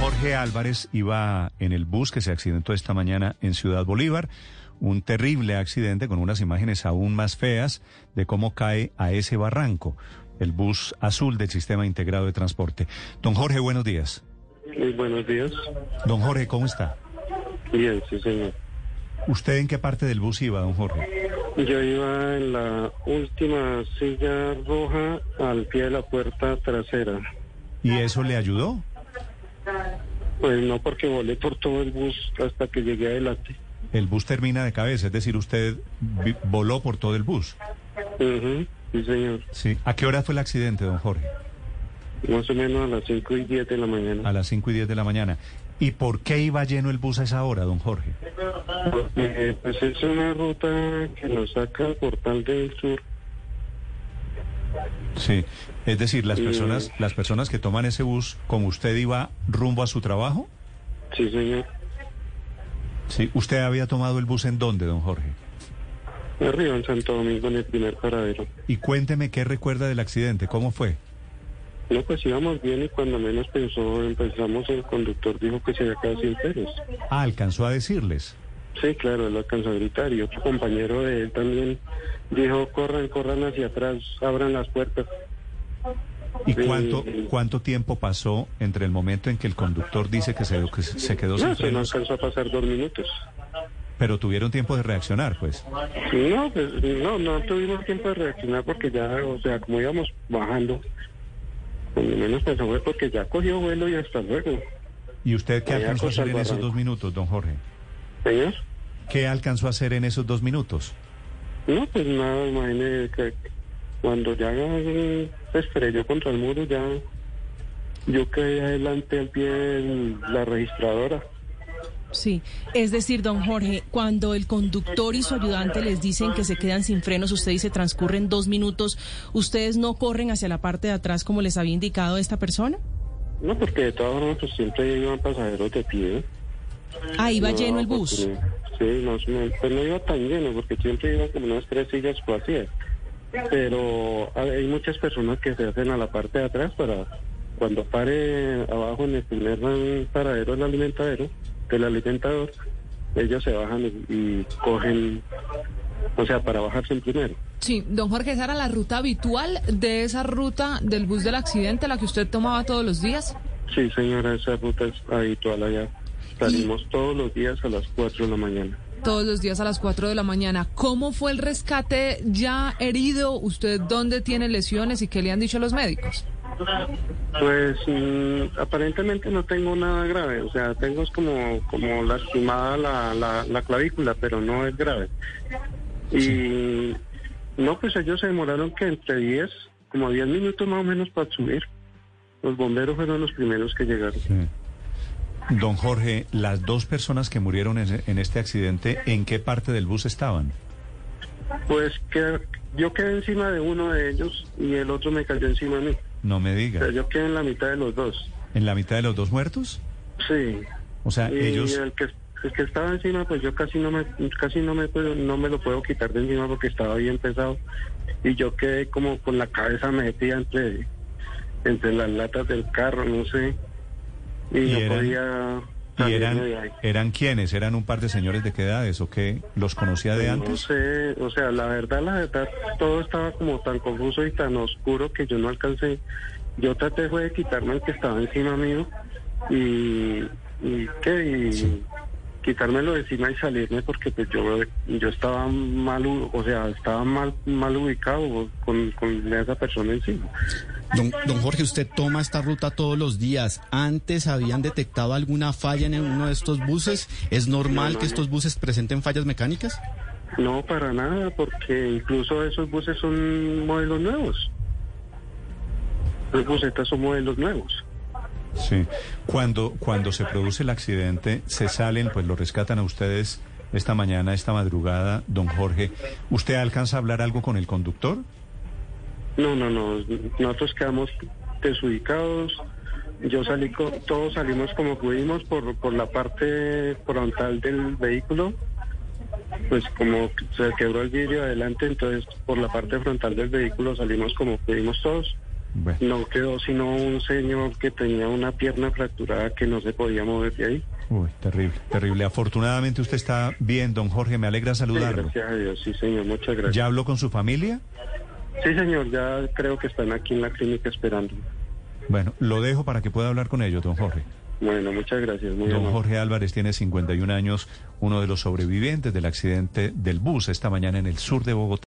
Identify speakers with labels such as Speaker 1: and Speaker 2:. Speaker 1: Jorge Álvarez iba en el bus que se accidentó esta mañana en Ciudad Bolívar. Un terrible accidente con unas imágenes aún más feas de cómo cae a ese barranco el bus azul del Sistema Integrado de Transporte. Don Jorge, buenos días.
Speaker 2: Muy buenos días.
Speaker 1: Don Jorge, ¿cómo está?
Speaker 2: Bien, sí, señor.
Speaker 1: ¿Usted en qué parte del bus iba, don Jorge?
Speaker 2: Yo iba en la última silla roja al pie de la puerta trasera.
Speaker 1: ¿Y eso le ayudó?
Speaker 2: Pues no, porque volé por todo el bus hasta que llegué adelante.
Speaker 1: El bus termina de cabeza, es decir, usted vi- voló por todo el bus.
Speaker 2: Ujú, sí, señor.
Speaker 1: Sí. ¿A qué hora fue el accidente, don Jorge?
Speaker 2: Más o menos a las 5 y 10 de la mañana.
Speaker 1: A las 5 y 10 de la mañana. ¿Y por qué iba lleno el bus a esa hora, don Jorge?
Speaker 2: Eh, pues es una ruta que nos saca al portal del sur.
Speaker 1: Sí. Es decir, las
Speaker 2: Mm.
Speaker 1: personas, las personas que toman ese bus, como usted iba rumbo a su trabajo,
Speaker 2: Sí, señor.
Speaker 1: sí. ¿Usted había tomado el bus en dónde, don Jorge?
Speaker 2: Arriba en Santo Domingo, en el primer paradero.
Speaker 1: Y cuénteme qué recuerda del accidente, cómo fue.
Speaker 2: No, pues íbamos bien y cuando menos pensó, empezamos, el conductor dijo que se había quedado sin pelos.
Speaker 1: Ah, alcanzó a decirles.
Speaker 2: Sí, claro, lo alcanzó a gritar y otro compañero de él también dijo, corran, corran hacia atrás, abran las puertas.
Speaker 1: ¿Y
Speaker 2: Sí.
Speaker 1: cuánto, cuánto tiempo pasó entre el momento en que el conductor dice que se, que se quedó sin
Speaker 2: No, se nos
Speaker 1: frenos,
Speaker 2: alcanzó a pasar dos minutos.
Speaker 1: pero tuvieron tiempo de reaccionar, pues?
Speaker 2: No, pues, no, no tuvimos tiempo de reaccionar porque ya, o sea, como íbamos bajando, cuando menos pensó fue porque ya cogió vuelo y hasta luego.
Speaker 1: ¿Y usted qué
Speaker 2: Allá
Speaker 1: alcanzó a
Speaker 2: cosa
Speaker 1: hacer en
Speaker 2: al
Speaker 1: esos
Speaker 2: barranco.
Speaker 1: dos minutos, don Jorge?
Speaker 2: Señor,
Speaker 1: ¿Qué alcanzó a hacer en esos dos minutos?
Speaker 2: no, pues nada, imagínese que cuando ya eh, se estrelló contra el muro, ya yo quedé adelante al pie de la registradora.
Speaker 3: Sí, es decir, don Jorge, cuando el conductor y su ayudante les dicen que se quedan sin frenos, usted dice transcurren dos minutos, ¿ustedes no corren hacia la parte de atrás como les había indicado esta persona?
Speaker 2: No, porque de todas formas pues, siempre iban pasajeros de pie.
Speaker 3: Ah, iba
Speaker 2: No,
Speaker 3: lleno el
Speaker 2: porque-
Speaker 3: bus.
Speaker 2: Sí, no, no, pues no iba tan lleno, porque siempre iba como unas tres sillas vacías. Pero hay- hay muchas personas que se hacen a la parte de atrás para cuando pare abajo en el primer mm, paradero del alimentadero, del alimentador, ellos se bajan y, y cogen, o sea, para bajarse en primero.
Speaker 4: Sí, don Jorge, ¿esa era la ruta habitual de esa ruta del bus del accidente, la que usted tomaba todos los días?
Speaker 2: Sí, señora, esa ruta es habitual allá. Salimos todos los días a las 4 de la mañana.
Speaker 4: Todos los días a las 4 de la mañana. ¿Cómo fue el rescate ya herido? ¿Usted dónde tiene lesiones y qué le han dicho los médicos?
Speaker 2: Pues mm, aparentemente no tengo nada grave, o sea, tengo es como, como lastimada la, la, la clavícula, pero no es grave. Y no, pues ellos se demoraron que entre 10, como 10 minutos más o menos para subir. Los bomberos fueron los primeros que llegaron.
Speaker 1: Don Jorge, las dos personas que murieron en, en este accidente, ¿en qué parte del bus estaban?
Speaker 2: Pues que yo quedé encima de uno de ellos y el otro me cayó encima de mí.
Speaker 1: No me
Speaker 2: O sea,
Speaker 1: diga.
Speaker 2: yo quedé en la mitad de los dos.
Speaker 1: ¿En la mitad de los dos muertos?
Speaker 2: Sí.
Speaker 1: O sea,
Speaker 2: Y
Speaker 1: ellos...
Speaker 2: el que, el que estaba encima, pues yo casi no me casi no me puedo- no me lo puedo quitar de encima porque estaba bien pesado y yo quedé como con la cabeza metida entre entre las latas del carro, no sé. Y,
Speaker 1: ¿Y
Speaker 2: no
Speaker 1: eran-
Speaker 2: podía
Speaker 1: ¿Y
Speaker 2: salirme
Speaker 1: eran,
Speaker 2: de ahí.
Speaker 1: eran quiénes? ¿Eran un par de señores de qué edades o qué? ¿Los conocía de
Speaker 2: No
Speaker 1: antes?
Speaker 2: sé, o sea, la verdad, la verdad, todo estaba como tan confuso y tan oscuro que yo no alcancé. Yo traté fue de quitarme el que estaba encima mío y, y qué, y quitármelo de encima y salirme porque pues yo, yo estaba mal, u- o sea, estaba mal, mal ubicado con, con esa persona encima.
Speaker 5: Don, don Jorge, usted toma esta ruta todos los días. ¿Antes habían detectado alguna falla en uno de estos buses? ¿Es normal que estos buses presenten fallas mecánicas?
Speaker 2: No, para nada, porque incluso esos buses son modelos nuevos. Los busetas son modelos nuevos.
Speaker 1: Sí. Cuando, cuando se produce el accidente, se salen, pues lo rescatan a ustedes esta mañana, esta madrugada, don Jorge. ¿Usted alcanza a hablar algo con el conductor?
Speaker 2: No, no, no. Nosotros quedamos desubicados. Yo salí, co- todos salimos como pudimos por, por la parte frontal del vehículo. Pues como se quebró el vidrio adelante, entonces por la parte frontal del vehículo salimos como pudimos todos.
Speaker 1: Bueno.
Speaker 2: No quedó sino un señor que tenía una pierna fracturada que no se podía mover de ahí.
Speaker 1: Uy, terrible, terrible. Afortunadamente usted está bien, don Jorge, me alegra
Speaker 2: Sí,
Speaker 1: saludarlo.
Speaker 2: gracias a Dios, sí señor, muchas gracias.
Speaker 1: ¿Ya habló con su familia?
Speaker 2: Sí señor, ya creo que están aquí en la clínica esperando.
Speaker 1: Bueno, lo dejo para que pueda hablar con ellos, don Jorge.
Speaker 2: Bueno, muchas gracias, muy
Speaker 1: Don
Speaker 2: amable.
Speaker 1: Jorge Álvarez tiene 51 años, uno de los sobrevivientes del accidente del bus esta mañana en el sur de Bogotá.